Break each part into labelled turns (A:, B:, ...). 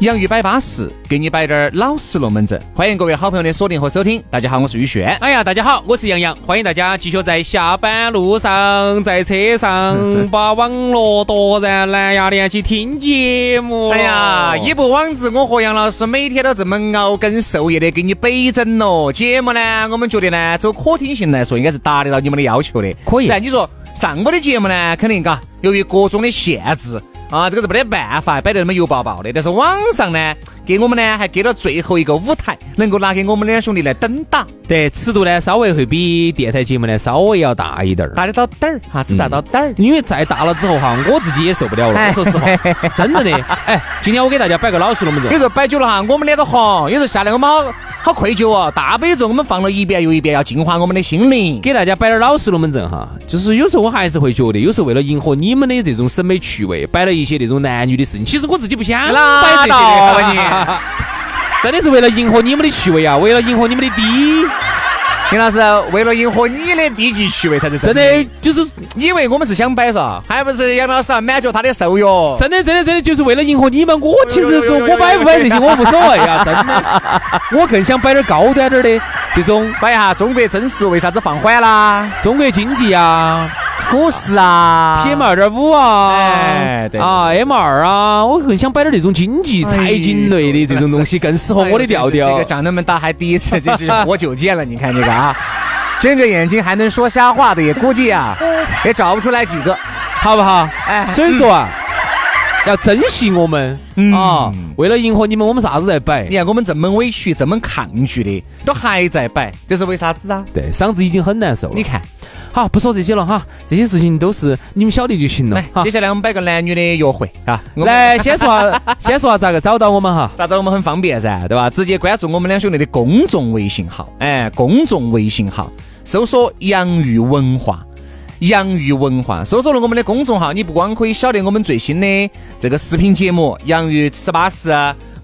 A: 洋芋摆巴适，给你摆点儿老实龙门阵。欢迎各位好朋友的锁定和收听。大家好，我是宇轩。
B: 哎呀，大家好，我是杨洋，欢迎大家继续在下班路上、在车 上把网络夺然蓝牙连起听节目。
A: 哎呀，一不枉自我和杨老师每天都这么熬更受夜的给你北整咯。节目呢，我们觉得呢，走可听性来说，应该是达得到你们的要求的。
B: 可以
A: 但你说上午的节目呢，肯定嘎，由于各种的限制啊，这个是没得办法，摆得那么油爆爆的。但是网上呢，给我们呢还给了最后一个舞台，能够拿给我们两兄弟来登档。
B: 对，尺度呢稍微会比电台节目呢稍微要大一点儿。
A: 打得到点儿哈，只打到点儿。
B: 因为再大了之后哈，我自己也受不了了。我说实 话，真的的。哎，今天我给大家摆个老实龙门
A: 有
B: 阵。
A: 时候摆久了哈，我们脸都红。有时候下来我们好好愧疚哦。大悲咒我们放了一遍又一遍，要净化我们的心灵。
B: 给大家摆点儿老实龙门阵哈，就是有时候我还是会觉得，有时候为了迎合你们的这种审美趣味，摆了一些那种男女的事情。其实我自己不想摆这些的，
A: 拉倒吧你
B: 真的是为了迎合你们的趣味啊，为了迎合你们的低，
A: 林老师为了迎合你的低级趣味才是
B: 真
A: 真的。
B: 的就是
A: 以为我们是想摆啥？还不是杨老师啊满足他的受哟。
B: 真的真的真的就是为了迎合你们。我其实就我摆不摆这些我无所谓啊，真的， 我更想摆点儿高端点儿的这种
A: 摆一下中国增速为啥子放缓啦？
B: 中国经济啊。
A: 股市啊
B: PM 二点五啊，
A: 哎对
B: 啊，M 二啊，我更想摆点这种经济财经类的这种东西，更适合我的调
A: 哎这
B: 调
A: 个。长那么大还第一次真是 活久见了，你看这个啊，睁着眼睛还能说瞎话的，也估计啊也找不出来几个。
B: 好不好？
A: 哎
B: 所以说啊，要珍惜我们啊！为了迎合你们，我们啥子在摆
A: 你？看我们这么委屈、这么抗拒的，都还在摆，这是为啥子啊？
B: 对，嗓子已经很难受了。
A: 你看，
B: 好，不说这些了哈，这些事情都是你们晓得就行了
A: 来，
B: 哈
A: 接。下来我们摆个男女的约会啊，我们
B: 来，先说下先说下咋个找到我们哈？
A: 咋子我们很方便噻，对吧？直接关注我们两兄弟的公众微信号，哎，公众微信号搜索“洋芋文化”。洋芋文化，搜索了我们的公众号，你不光可以晓得我们最新的这个视频节目《洋芋吃巴适》，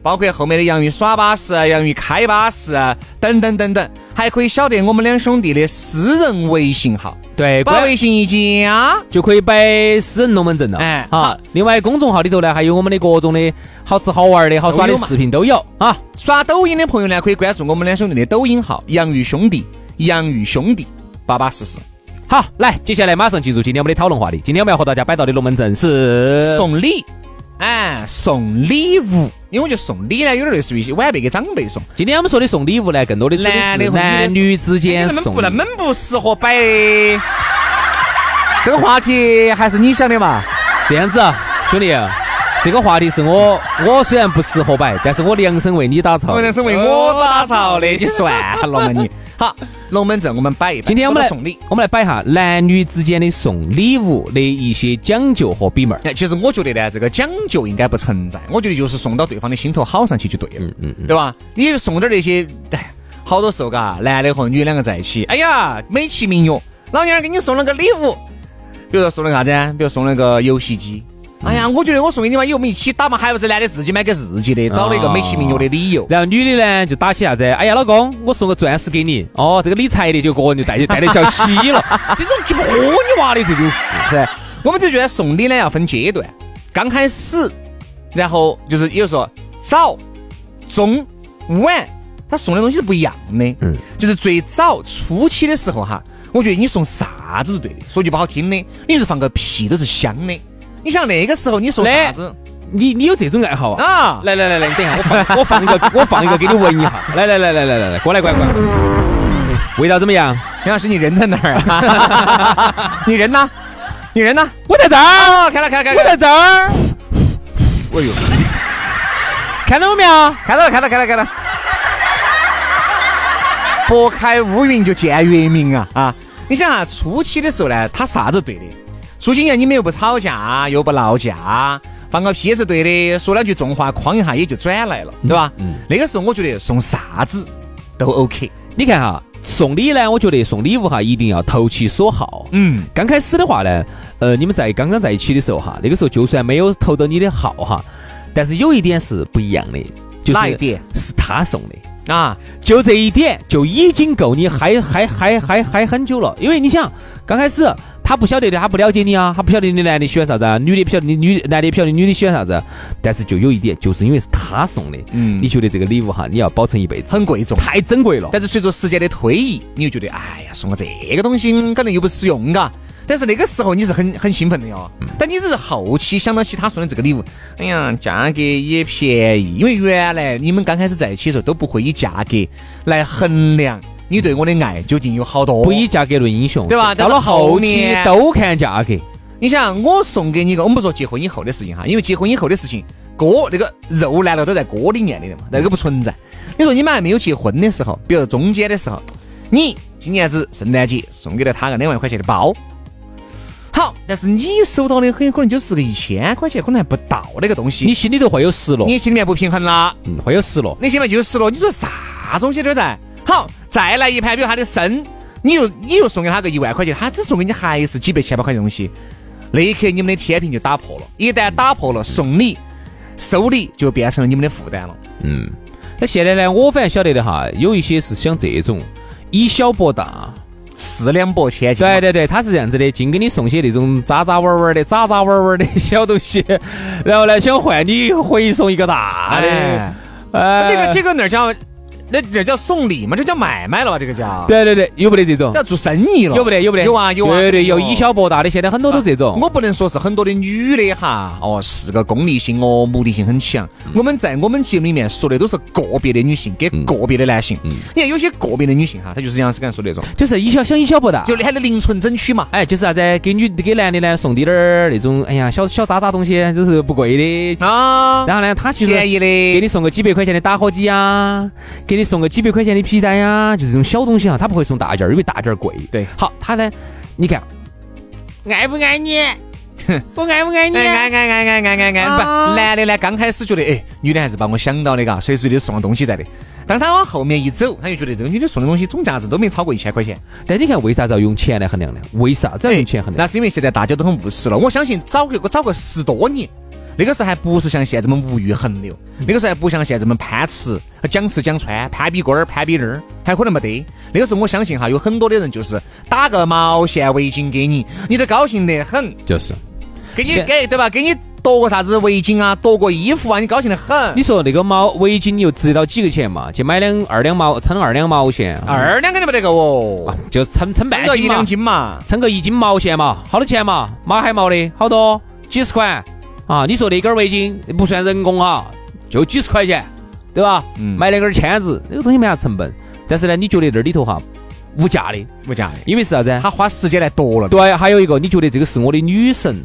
A: 包括后面的《洋芋耍巴适》《洋芋开巴适》等等等等，还可以晓得我们两兄弟的私人微信号。
B: 对，
A: 把
B: 关
A: 微信一啊加，
B: 就可以摆私人龙门阵了。
A: 哎
B: 啊
A: 好，
B: 另外公众号里头呢，还有我们的各种的好吃好玩的、好耍的视频都有啊。
A: 刷抖音的朋友呢，可以关注我们两兄弟的抖音号“洋芋兄弟”，洋芋兄弟，巴巴适适。
B: 好，来，接下来马上进入今天我们的讨论话题。今天我们要和大家摆到的龙门阵是
A: 送礼，哎，呃送礼物，因为我觉得送礼呢，有点类似于晚辈给长辈送，
B: 今天我们说的送礼物呢，更多的指
A: 男
B: 的是
A: 的和女的
B: 男女之间
A: 那么
B: 送
A: 哎不那
B: 礼。
A: 么不适合摆的。 这个话题还是你想的嘛？
B: 这样子，啊，兄弟，这个话题是我我虽然不适合摆，但是我量身为你打造。
A: 我那是为我打造的，你算了嘛你。好，龙门阵我们摆一摆。
B: 今天我们来
A: 说到送礼，，
B: 我们来摆一下男女之间的送礼物的一些讲究和比门儿。
A: 哎，其实我觉得呢，这个讲究应该不存在。我觉得就是送到对方的心头好上去就对了，对吧？你送点那些，哎，好多时候嘎，男的和女的两个在一起，哎呀，美其名曰，老娘儿给你送了个礼物，比如说送了个啥子啊？比如送了个游戏机。哎呀，我觉得我送给你嘛，以后我们一起打嘛，还不是男的自己买给自己的，找了一个美其名曰的理由。
B: 然后女的呢就打起啥子？哎呀，老公，我送个钻石给你。哦，这个理财的就个人就带带的较稀了，这种就不喝你娃的这种事。
A: 是，我们就觉得送礼呢要分阶段，刚开始，然后就是有时候早、中、晚，他送的东西是不一样的。嗯，就是最早初期的时候哈，我觉得你送啥子都对的，说句不好听的，你就是放个屁都是香的。你想那个时候你送啥子
B: 你你有这种爱好啊？
A: 啊？
B: 来来来来，你等一下，我放我放一个，我放一个给你闻一下。 来来来来来来来，过来过来过来，味道怎么样？
A: 杨老师，你人在哪儿 啊？你人呢？你人呢？
B: 我在这儿，
A: 哦，开了开了开
B: 我
A: 了，
B: 在这儿。
A: 哎呦，
B: 看到没有？
A: 看到了，看到了，看到了，看到了。拨开乌云就见月明啊啊！你想啊，初期的时候呢，他啥子对的？初期你看你们又不吵架，又不闹架，放个屁是对的，说两句重话，框一下也就转来了，对吧？那个时候我觉得送啥子都 OK。
B: 你看哈，送礼呢，我觉得送礼物哈一定要投其所好。
A: 嗯，
B: 刚开始的话呢，呃，你们在刚刚在一起的时候哈，那个时候就算没有投到你的号哈，但是有一点是不一样的，就
A: 哪一
B: 是
A: 点
B: 是他送的，
A: 啊？
B: 就这一点就已经够你嗨嗨嗨嗨嗨很久了。因为你想，刚开始他不晓得的，他不了解你啊，他不晓得你男的喜欢啥子啊，女的不晓得你女男的也不晓得你女的喜欢啥子，但是就有一点，就是因为是他送的，
A: 嗯
B: 你觉得这个礼物哈，你要保存一辈子，
A: 很贵重。
B: 太珍贵了。
A: 但是随着时间的推移，你就觉得，哎呀，送个这个东西嗯可能又不实用，嘎。但是那个时候你是很很兴奋的哟，
B: 嗯
A: 但你只是后期想到起他送的这个礼物，哎呀，价格也便宜，因为原来你们刚开始在一起的时候都不会以价格来衡量你对我的爱究竟有好多。
B: 不以，价格论英雄，
A: 对吧
B: 到
A: 但
B: 了
A: 是后
B: 后期
A: 面
B: 都看价格，
A: 你想我送给你一个，我们不说结婚以后的事情哈，因为结婚以后的事情，锅那个肉烂了都在锅里面的嘛，那个不存在。你说你们还没有结婚的时候，比如中间的时候，你今年子圣诞节送给了他个两万块钱的包，好，但是你收到的很有可能就是个一千块钱，可能还不到那个东西，
B: 你心里头会有失落，
A: 你心里面不平衡啦，
B: 嗯会有失落。
A: 你心里面就有失落。你说啥东西都在？好，再来一盘，比如他的生，你又你又送给他个一万块钱，他只送给你还是几百千把块钱的东西，那一刻你们的天平就打破了。一旦打破了，送礼、收礼就变成了你们的负担了。
B: 那现在呢，我反正晓得的哈，有一些是想这种以小博大。
A: 四两拨千斤嘛，
B: 对对对，他是这样子的，尽给你送些那种渣渣弯弯的、渣渣弯弯的小东西， 然后呢，想换你回送一个大的。
A: 哎
B: 哎，
A: 那个这个哪儿叫？那这叫送礼吗？这叫买卖了吧？这个叫
B: 对对对，有不得这种
A: 这？叫做生意了。
B: 有不得？有不得？
A: 有啊有啊。
B: 对对，有以小博大的，现在很多都这种。
A: 我不能说是很多的女的哈，哦，是个功利性哦，目的性很强。我们在我们节目里面说的都是个别的女性跟个别的男性。你看有些个别的女性哈，她就是杨老师刚才说的那种，
B: 就是以小想以小博大，
A: 就喊的零存整取嘛。
B: 哎，就是啥、子，给女给男的呢送滴点儿那种，哎呀，小小渣渣东西，都是不贵的。
A: 啊，
B: 然后呢，他其实
A: 便宜
B: 给
A: 的，
B: 你送个几百块钱的打火机呀、给你送个几百块钱的皮带呀、就是这种小东西哈、啊他不会送大件儿，因为大件儿贵。
A: 对
B: 好，他呢，你看，爱不爱你？我爱不爱你？
A: 哎哎哎哎哎哎哎哎，不，男的呢刚开始觉得哎，女的还是把我想到的嘎，随时随地送了东西在的。当他往后面一走，他就觉得这个女的送的东西总价值都没超过一千块钱。
B: 但你看，为啥子要用钱来衡量呢？为啥子要用钱衡量？
A: 那是因为现在大家都很务实了。我相信早个早个十多年，那个时候还不是像现在这么物欲横流，
B: 嗯
A: 那个时候还不像现在这么攀吃、呃讲吃讲穿、攀比龟儿、攀比那儿，还可能没得。那个时候我相信哈，有很多的人就是打个毛线围巾给你，你都高兴得很，
B: 就是，
A: 给你
B: 现
A: 给对吧？给你夺个啥子围巾啊，夺个衣服啊，你高兴得很
B: 你。说那个毛围巾，你又值到几个钱嘛？去买两二两毛，称二两毛钱，
A: 二两肯定没得个哦
B: 啊，就称称半
A: 个
B: 斤
A: 一
B: 嘛
A: 两，斤嘛，
B: 称个一斤毛线嘛，好多钱嘛？马海毛的，好多几十块啊！你说那根围巾不算人工啊，就几十块钱，对吧？
A: 嗯
B: 买那根签子，那个东西没啥成本，但是呢，你觉得那里头哈无价的，
A: 物价的，
B: 因为是啥子啊？
A: 他花时间来夺了。
B: 对，还有一个，你觉得这个是我的女神？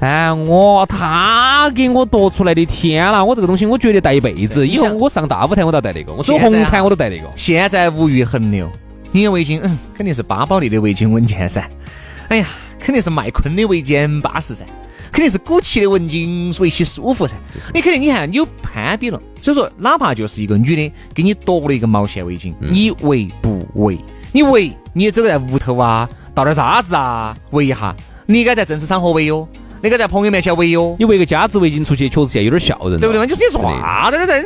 B: 哎，我她给我夺出来的天啦！我这个东西，我觉得戴一辈子，
A: 对
B: 以后
A: 你想
B: 我上大舞台我都要戴那个，我走
A: 现在
B: 红
A: 啊
B: 毯我都戴那个。
A: 现在物欲横流，你的围巾，嗯，肯定是巴宝莉的围巾稳健噻。哎呀，肯定是麦昆的围巾巴适噻，肯定是古奇的围巾围起舒服�噻。你肯定你看你有攀比了，所以说哪怕就是一个女的给你夺了一个毛线围巾，你围不围？你围，你也走在屋头啊，倒点啥子啊，围一下。你应该在正式场合围哟，你应该在朋友面前围哟，
B: 你围个夹子围巾出去，确实现在有点吓人了，啊
A: 对不对嘛？你说你说话在那儿在。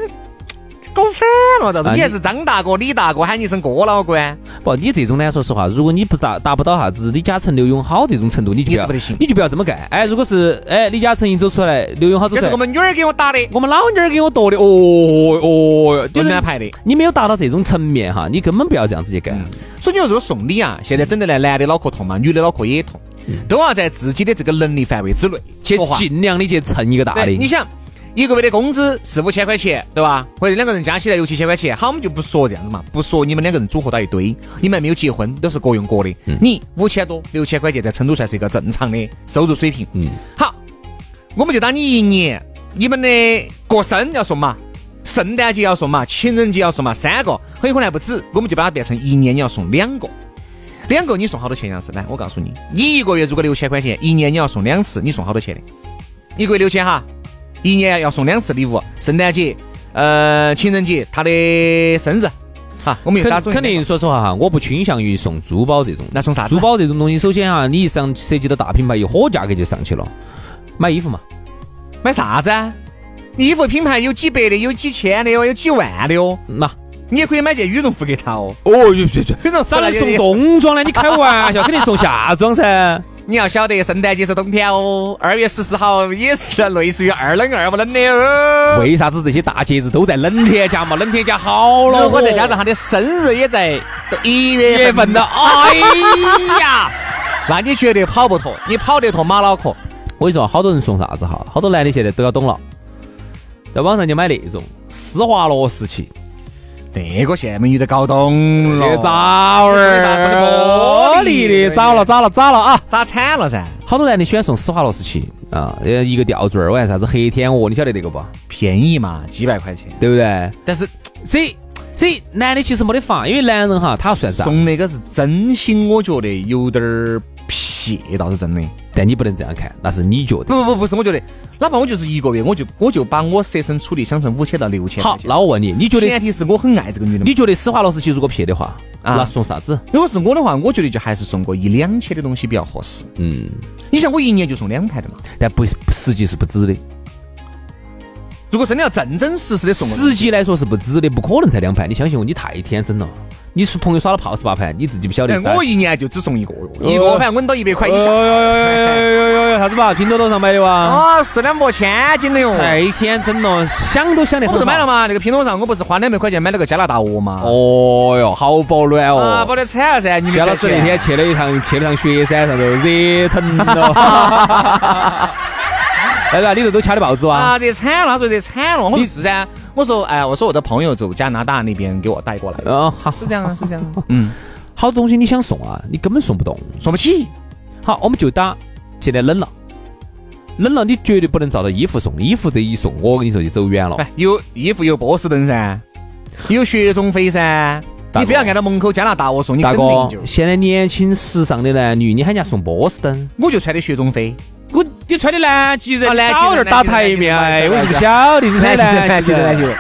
A: 搞反了，咋子？
B: 啊
A: 你还
B: 你
A: 是张大哥、李大哥，喊你一声哥老倌。啊
B: 不，你这种呢，说实话，如果你不达达不到啥子李嘉诚、刘永好这种程度，你就不
A: 你
B: 要
A: 都不得行
B: 你就不要这么干。哎，如果是哎李嘉诚一走出来，刘永好走
A: 这
B: 出
A: 是
B: 来
A: 我，们女儿给我打的，
B: 我们老妞儿给我夺的，哦哦，就
A: 就
B: 是
A: 安
B: 是
A: 排的。嗯
B: 你没有达到这种层面哈，你根本不要这样子去干。
A: 所以你说这个送礼啊，现在整得来男的脑壳痛嘛，女的脑壳也痛，都要在自己的这个能力范围之内
B: 去
A: 嗯说话
B: 尽量的去蹭一个大的
A: 对，，你想。一个月的工资四五千块钱，对吧？或者两个人加起来六七千块钱，好，我们就不说这样子嘛，不说你们两个人组合到一堆，你们还没有结婚，都是各用各的。
B: 嗯
A: 你五千多、六千块钱在成都算是一个正常的收入水平。
B: 嗯
A: 好，我们就当你一年，你们的过生要送嘛，圣诞节要送嘛，情人节要送嘛，三个，很有可能还不止，我们就把它变成一年你要送两个。两个你送好多钱样是？来，我告诉你，你一个月如果六千块钱，一年你要送两次，你送好多钱的？一个月六千哈，一年要送两次礼物，圣诞节、呃情人节、他的生日，哈，我们又打中
B: 肯肯定说实话哈，我不倾向于送珠宝这种。
A: 那送啥子
B: 珠宝这种东西，首先哈，啊你一上涉及到大品牌，一火价格就上去了。买衣服嘛，
A: 买啥子啊？你衣服品牌有几百的，有几千的哦，有几万的哦，
B: 那
A: 你也可以买件羽绒服给他哦。
B: 哦，对对对，
A: 羽绒服
B: 咋能
A: 那
B: 送
A: 就
B: 冬 装呢？你开玩笑，肯定送夏装 噻。
A: 你要晓得，圣诞节是冬天哦，二月十四号也是类似于二冷二不冷的哦。
B: 为啥子这些大节日都在冷天家嘛？冷天家好了，
A: 如果再加上他的生日也在一
B: 一
A: 月
B: 月
A: 份
B: 份
A: 的
B: 的，
A: 哎呀， 那你绝对跑不脱，你跑得脱马脑壳。
B: 我跟你说，好多人送啥子哈，好多男的现在都要懂了，在网上就买那种施华洛世奇，
A: 这个现在美女都搞懂
B: 那
A: 了
B: 个，枣
A: 儿
B: 儿，玻璃的，早了早了早了啊！
A: 咋惨了噻？
B: 好多男的喜欢送施华洛世奇啊，呃，一个吊坠儿，我还啥子黑天鹅，你晓得那个不？
A: 便宜嘛，几百块钱。
B: 对不对？
A: 但是
B: 这这男的其实没得法，因为男人哈，他算啥？
A: 送那个是真心，我觉得有点儿撇，倒是真的。
B: 但你不能这样看，那是你觉得。
A: 不不不，不是，我觉得，哪怕我就是一个月，我就我就把我设身处地想成五千到六千。
B: 好，那我问你，你觉
A: 前
B: 得
A: 提是我很爱这个女的嘛。
B: 你觉得施华洛世奇如果撇的话，
A: 啊
B: 那送啥子？
A: 如果是我的话，我觉得就还是送个一两千的东西比较合适。
B: 嗯，
A: 你想，我一年就送两台的嘛。
B: 但不实际是不止的，
A: 如果真的要正正式式的送个，
B: 实际来说是不止的，不可能才两盘。你相信我，你太天真了。你是朋友耍了炮十八盘，你自己不晓得
A: 哎。我一年就只送一个，一个
B: 哦
A: 反正稳到一百块以
B: 呦哎
A: 下。
B: 呦呦呦哎呦呦！啥子嘛？拼多多上买的哇？
A: 啊，四两拨千斤的哟。
B: 太天真了，想都想得
A: 我
B: 很好。
A: 不是买了吗？那个拼多多上我不是花两百块钱买了个加拿大鹅吗？
B: 哦哟，好保暖
A: 啊，
B: 哦
A: 不！得惨了噻！你
B: 薛
A: 们
B: 老师那天去了一趟，去了趟雪山上头，热腾 了。来吧，里头都掐的报纸哇！
A: 啊，热惨了，他说热惨了，我说是噻，我说哎，我说我的朋友走加拿大那边给我带过来的，
B: 啊，好，
A: 是这样的，是这样的，嗯，
B: 好东西你想送啊，你根本送不动。
A: 送不起，
B: 好，我们就打现在冷了，冷了你绝对不能照着衣服送，衣服这一送，我跟你说就走远了。
A: 哎，有衣服有波士顿噻，有雪中飞噻，
B: 大哥
A: 你非要按到门口加拿大我送，你
B: 大
A: 肯
B: 哥
A: 定就，，
B: 现在年轻时尚的男女，你喊人家送波士顿，
A: 我就穿的雪中飞，
B: 我你穿的南极
A: 人
B: 早点打牌面，哎，我就不晓得 你穿南极人。
A: 人，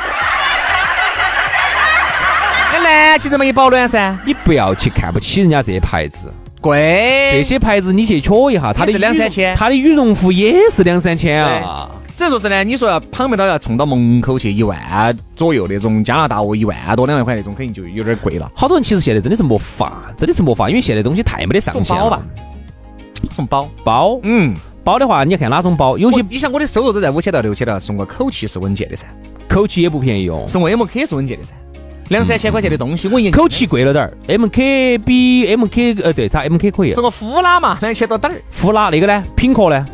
A: 那南极人嘛也保暖噻，
B: 你不要去看不起人家这些牌子，这
A: 贵，
B: 些牌子你去瞧一下，它的
A: 也是两三千
B: 羽绒它的羽绒服也是两三千啊。
A: 只能说是呢，你说要旁边到要冲到门口去一万左右那种加拿大鹅哦一万多两万块那种，肯定就有点贵了，
B: 好多人其实现在真的是没法，真的是没法，因为现在东西太没得上限
A: 送包吧
B: 了。
A: 送包，
B: 包
A: 嗯。
B: 包的话，你要看哪种包，有
A: 我
B: 些
A: 你想我的收入都在五千到六千了，送个口气是稳健的噻，
B: 口气也不便宜哦。
A: 送个 MK 是稳健的噻，两三千块钱的东西我一年
B: 口气贵了点儿，MK 比 MK 呃对，咋 MK 可以？
A: 送个呼啦嘛，两千多点儿
B: 呼啦那个呢？品壳呢？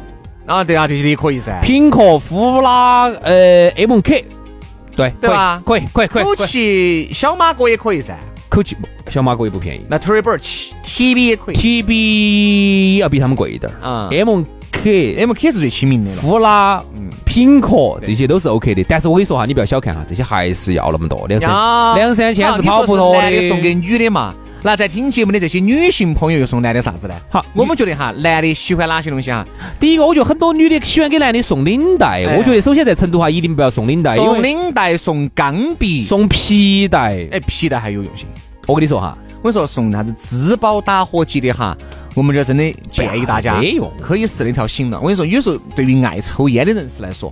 A: 啊，对啊，这些也可以噻。
B: 品壳呼啦呃 MK，对
A: 对吧
B: 可以可以可以，
A: 口
B: 可以
A: 气小马哥也可以�噻，
B: 口气小马哥也不便宜
A: 那 Tory Burch、TB 也可以
B: ，TB 要比他们贵一点儿
A: 啊
B: ，MK
A: ，MK 是最亲民的了。
B: 呼啦
A: 嗯、
B: 品壳
A: 对
B: 这些都是 OK 的，但是我跟你说哈，你不要小看哈，这些还是要那么多，两
A: 要
B: 三两三千
A: 好
B: 是
A: 你
B: 跑
A: 说
B: 不脱
A: 男的
B: 的。
A: 送给女的嘛。那在听节目的这些女性朋友又送男的啥子呢？
B: 好
A: 我们觉得哈，男的喜欢哪些东西哈？
B: 第一个，我觉得很多女的喜欢给男的送领带，
A: 哎
B: 我觉得首先在成都哈，一定不要送领带，哎因
A: 送
B: 为
A: 领带，送钢笔，
B: 送皮带。
A: 哎，皮带还有用心。
B: 我跟你说哈，
A: 我跟你说送啥子支包打火机的哈，我们这儿真的建议大家
B: 哎没用
A: 可以试那条行了。我跟你说，有时候对于爱抽烟的人士来说，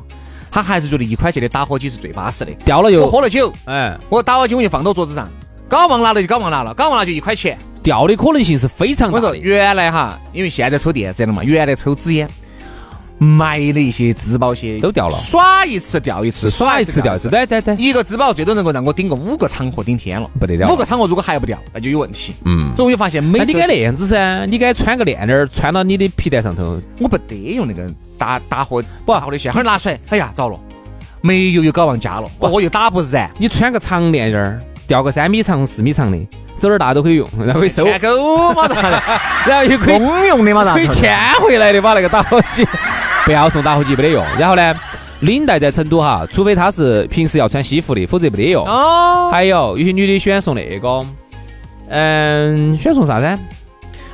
A: 他还是觉得一块钱的打火机是最巴适的。
B: 掉了
A: 我
B: 又
A: 喝了酒，
B: 哎，
A: 我打火机我就放到桌子上，搞忘拿了就搞忘拿了，搞忘拿就一块钱。
B: 掉的可能性是非常
A: 我
B: 大
A: 跟你
B: 的
A: 说，。原来哈，因为现在抽电子烟了嘛，原来抽纸烟。买的一些支包些
B: 都掉了
A: 耍一次掉一次，
B: 耍一次掉一次，对对对，
A: 一个支包最多能够让我顶个五个场合顶天了，
B: 不得了
A: 五个场合如果还不掉，那就有问题。
B: 嗯。
A: 所以我就发现每
B: 那你
A: 次
B: 该那样子噻，你该穿个链链儿，穿到你的皮带上头。
A: 我不得用那个打打火不打火的线，后儿拿出来，哎呀，糟了，煤油又搞忘加了，哦
B: 不
A: 我又打不燃，
B: 你穿个长链链儿，吊个三米长、四米长的，走哪儿大都可以用，然后可以 收，
A: 舔狗嘛咋的？
B: 然后又可以
A: 公用的嘛咋
B: 可以
A: 的？哦
B: 牵回来的，把那个打火机不要送打火机没得用。然后呢，领带在成都哈，除非他是平时要穿西服的，否则没得用。
A: 哦，
B: 还有有些女的喜欢送那个，嗯，喜欢送啥子？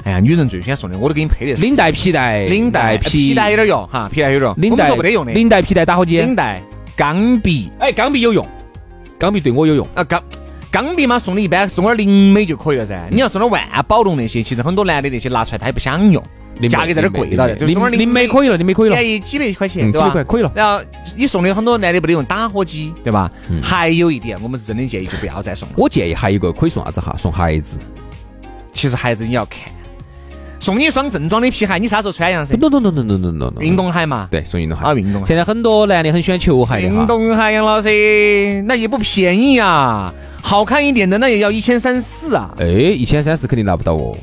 A: 哎呀，女人最喜欢送的，我都给你配的是
B: 领带、皮带、
A: 领带、
B: 皮
A: 哎皮带有点用哈，皮带有点用，
B: 领带
A: 工作没得用的，
B: 领带、皮带打火机。
A: 领带、钢笔
B: 哎，钢笔有用，钢笔对我有用。
A: 啊钢。钢笔嘛，送的一般送点灵美就可以了噻。你要送点万宝龙那些，其实很多男的那些拿出来他也不想用，价格在那儿贵到的。
B: 林林林美
A: 以，
B: 可以了，林美可以了，
A: 便宜几百块钱，
B: 嗯，几
A: 哎对
B: 百
A: 吧
B: 块？可以了。
A: 然后你送的很多男的不得用打火机，对吧？
B: 嗯
A: 还有一点，我们是真的建议就不要再送了。
B: 我建议还有一个可以送啥子哈？送鞋子。
A: 其实孩子你要看，送你一双正装的皮鞋，你啥时候穿样噻？
B: no no no no no no no no，
A: 运动鞋嘛，
B: 对，送运动鞋
A: 啊，。运动鞋。
B: 现在很多男的很喜欢球鞋的
A: 运
B: 哈，
A: 动鞋，杨老师，那也不便宜啊，好看一点的那也要一千三四啊。
B: 哎，一千三是肯定拿不到哦，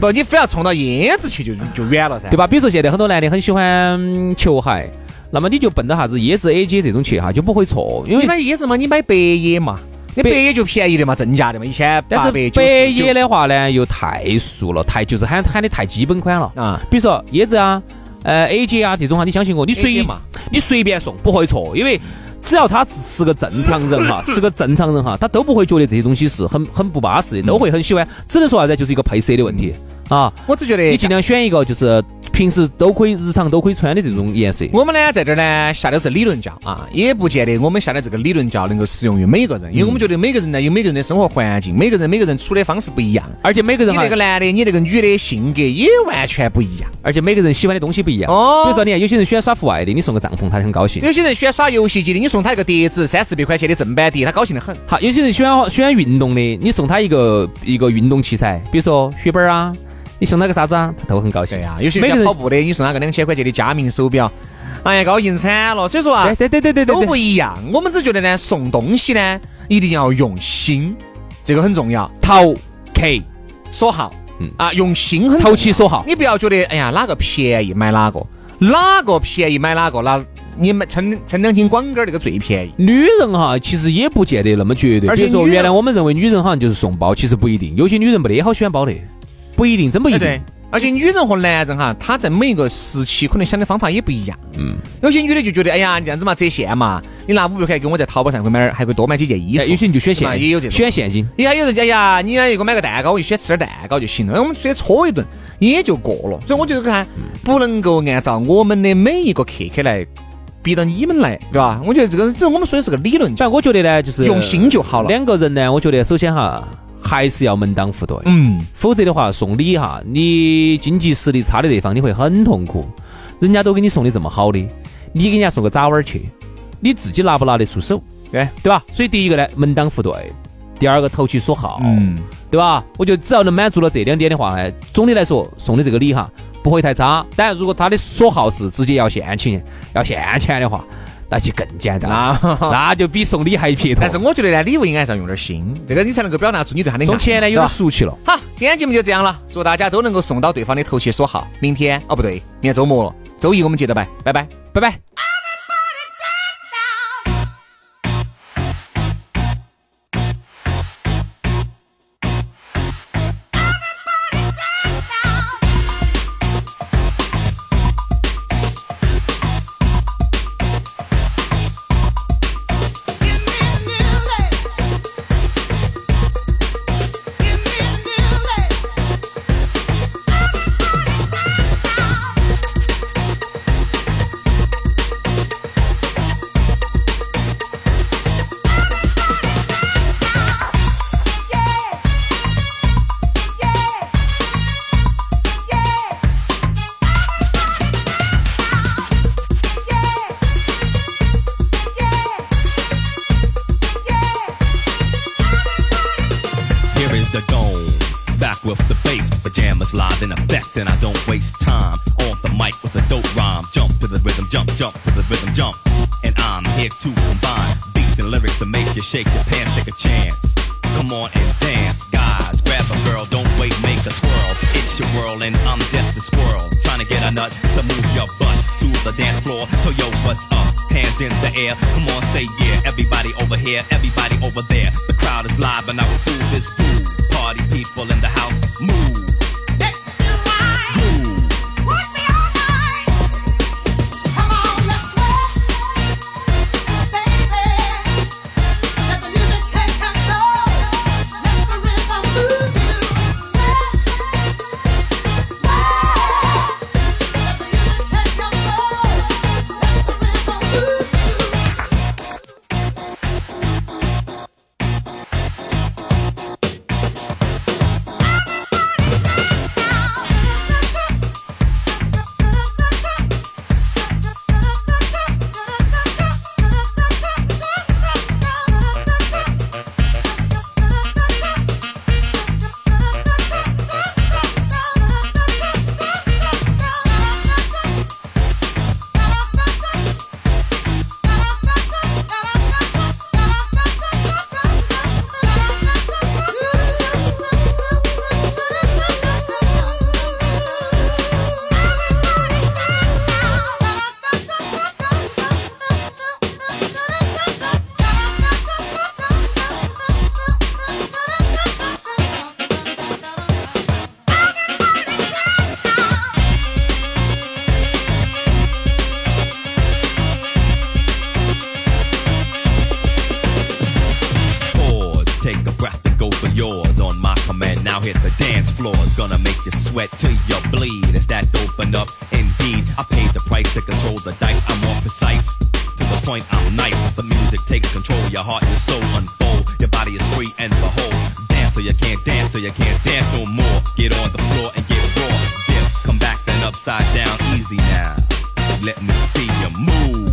A: 不，你非要冲到椰子去就就远了噻，
B: 对？吧？比如说现在很多男的很喜欢球鞋，那么你就奔到啥子椰子 AJ 这种去哈，就不会错，因为
A: 你买椰子嘛，你买白椰嘛，你白
B: 白
A: 椰就便宜的嘛，正价的嘛，一千
B: 但
A: 八
B: 是
A: 百
B: 白
A: 九
B: 椰的话呢又太俗了，太就是喊喊的太基本款了。
A: 啊，
B: 比如说椰子啊，呃 AJ 啊这种哈，你相信我，你随
A: AJ 嘛，
B: 你随便送不会错，因为只要他是个正常人 哈，是个正常人哈，他都不会觉得这些东西是很很不巴
A: 嗯
B: 适的，都会很喜欢。只能说啥子，就是一个配色的问题啊。
A: 我只觉得
B: 你尽量选一个就是平时都可以、日常都可以穿的这种颜色。
A: 我们呢在这儿呢下的是理论教啊，也不见得我们下的这个理论教能够适用于每个人，因为我
B: 嗯
A: 们觉得每个人呢有每个人的生活环境，每个人每个人处的方式不一样。
B: 而且每个
A: 你
B: 人哈啊
A: 那，个男的，你那个女的性格也完全不一样。
B: 而且每个人喜欢的东西不一样。
A: 哦
B: 比如说，你看有些人喜欢耍户外的，你送个帐篷，他很高兴。
A: 有些人喜欢耍游戏机的，你送他一个碟子，三四百块钱的正版碟，他高兴得很。
B: 好，有些人喜欢喜欢运动的，你送他一个一个运动器材，比如说雪板啊，你送他个啥子啊，他都很高兴。
A: 对呀、有些
B: 每个
A: 人
B: 人
A: 跑步的，你送他个两千块钱的佳明手表，哎呀，高兴惨了。所以说啊
B: 对，哎对对对对
A: 都
B: 对
A: 不一样。我们只觉得呢，送东西呢一定要用心，这个很重要。
B: 淘 K
A: 所好，
B: 嗯
A: 啊，用心很重要
B: 投其所好，
A: 你不要觉得哎呀哪个便宜买哪个，哪个便宜买哪个，那你们称称两斤广杆儿那个最便宜。
B: 女人哈其实也不见得那么绝对。
A: 而
B: 比
A: 且
B: 如说，
A: 女人
B: 原来我们认为女人好像就是送包，其实不一定，有些女人没得好喜欢包的，不一定，真不一
A: 哎
B: 定
A: 对。，而且女人和男人哈，他在每一个时期可能想的方法也不一样。嗯，有些女的就觉得哎呀你这样子嘛折现嘛，你拿五百块钱给我在淘宝上会买点儿，还会多买几件衣服。
B: 哎有些人就选
A: 是吧
B: 现，
A: 也有这种
B: 选现金。
A: 你看有人家哎呀，你要一个买个蛋糕，我就喜欢吃点蛋糕就行了，哎我们直接搓一顿也就过了。所以我觉得看
B: 嗯
A: 不能够按照我们的每一个客客来逼到你们来，对吧？我觉得这个这我们说的是个理论，
B: 反正我觉得呢，就是
A: 用心就好了。
B: 两个人呢，我觉得首先哈，还是要门当户对，
A: 嗯，
B: 否则的话送礼哈，你经济实力差的地方你会很痛苦。人家都给你送的这么好的，你给人家送个渣碗儿去，你自己拿不拿得出手？
A: 对
B: 对吧？所以第一个呢，门当户对；第二个投其所好，
A: 嗯，
B: 对吧？我觉得只要能满足了这两点的话呢，总的来说送的这个礼哈不会太差。当然，如果他的所好是直接要现钱、要现钱的话，那就更简单了，
A: 那。
B: 那就比送礼还撇脱。
A: 但是我觉得呢，礼物应该是要用点心，这个你才能够表达出你对他的爱。
B: 送钱呢有
A: 啊对吧
B: 点俗气了。
A: 好，今天节目就这样了，祝大家都能够送到对方的投其所好。明天哦，不对，明天周末了，周一我们接着拜，拜拜，拜拜。
C: Here is the dome. Back with the bass, pajamas live in effect, and I don't waste time on the mic with a dope rhyme. Jump to the rhythm, jump, jump to the rhythm, jump. And I'm here to combine beats and lyrics to make you shake your pants, take a chance. Come on and dance, guys. Grab a girl, don't wait, make a twirl. It's your world, and I'm just a squirrel. Trying to get a nut to move your butt to the dance floor. So, yo, what's up? Hands in the air. Come on, say yeah. Everybody over here, everybody over there. The crowd is live, and I will fool this fool. Party people in the house, move. Groove.
D: Come on, let's go.
C: hit the dance floor. It's gonna make you sweat till you bleed. Is that open up? Indeed, I paid the price to control the dice. I'm more precise. To the point, I'm nice. The music takes control. Your heart and soul unfold. Your body is free and behold. Dance or you can't dance or you can't dance no more. Get on the floor and get raw. Dip, come back then upside down. Easy now. Let me see you move.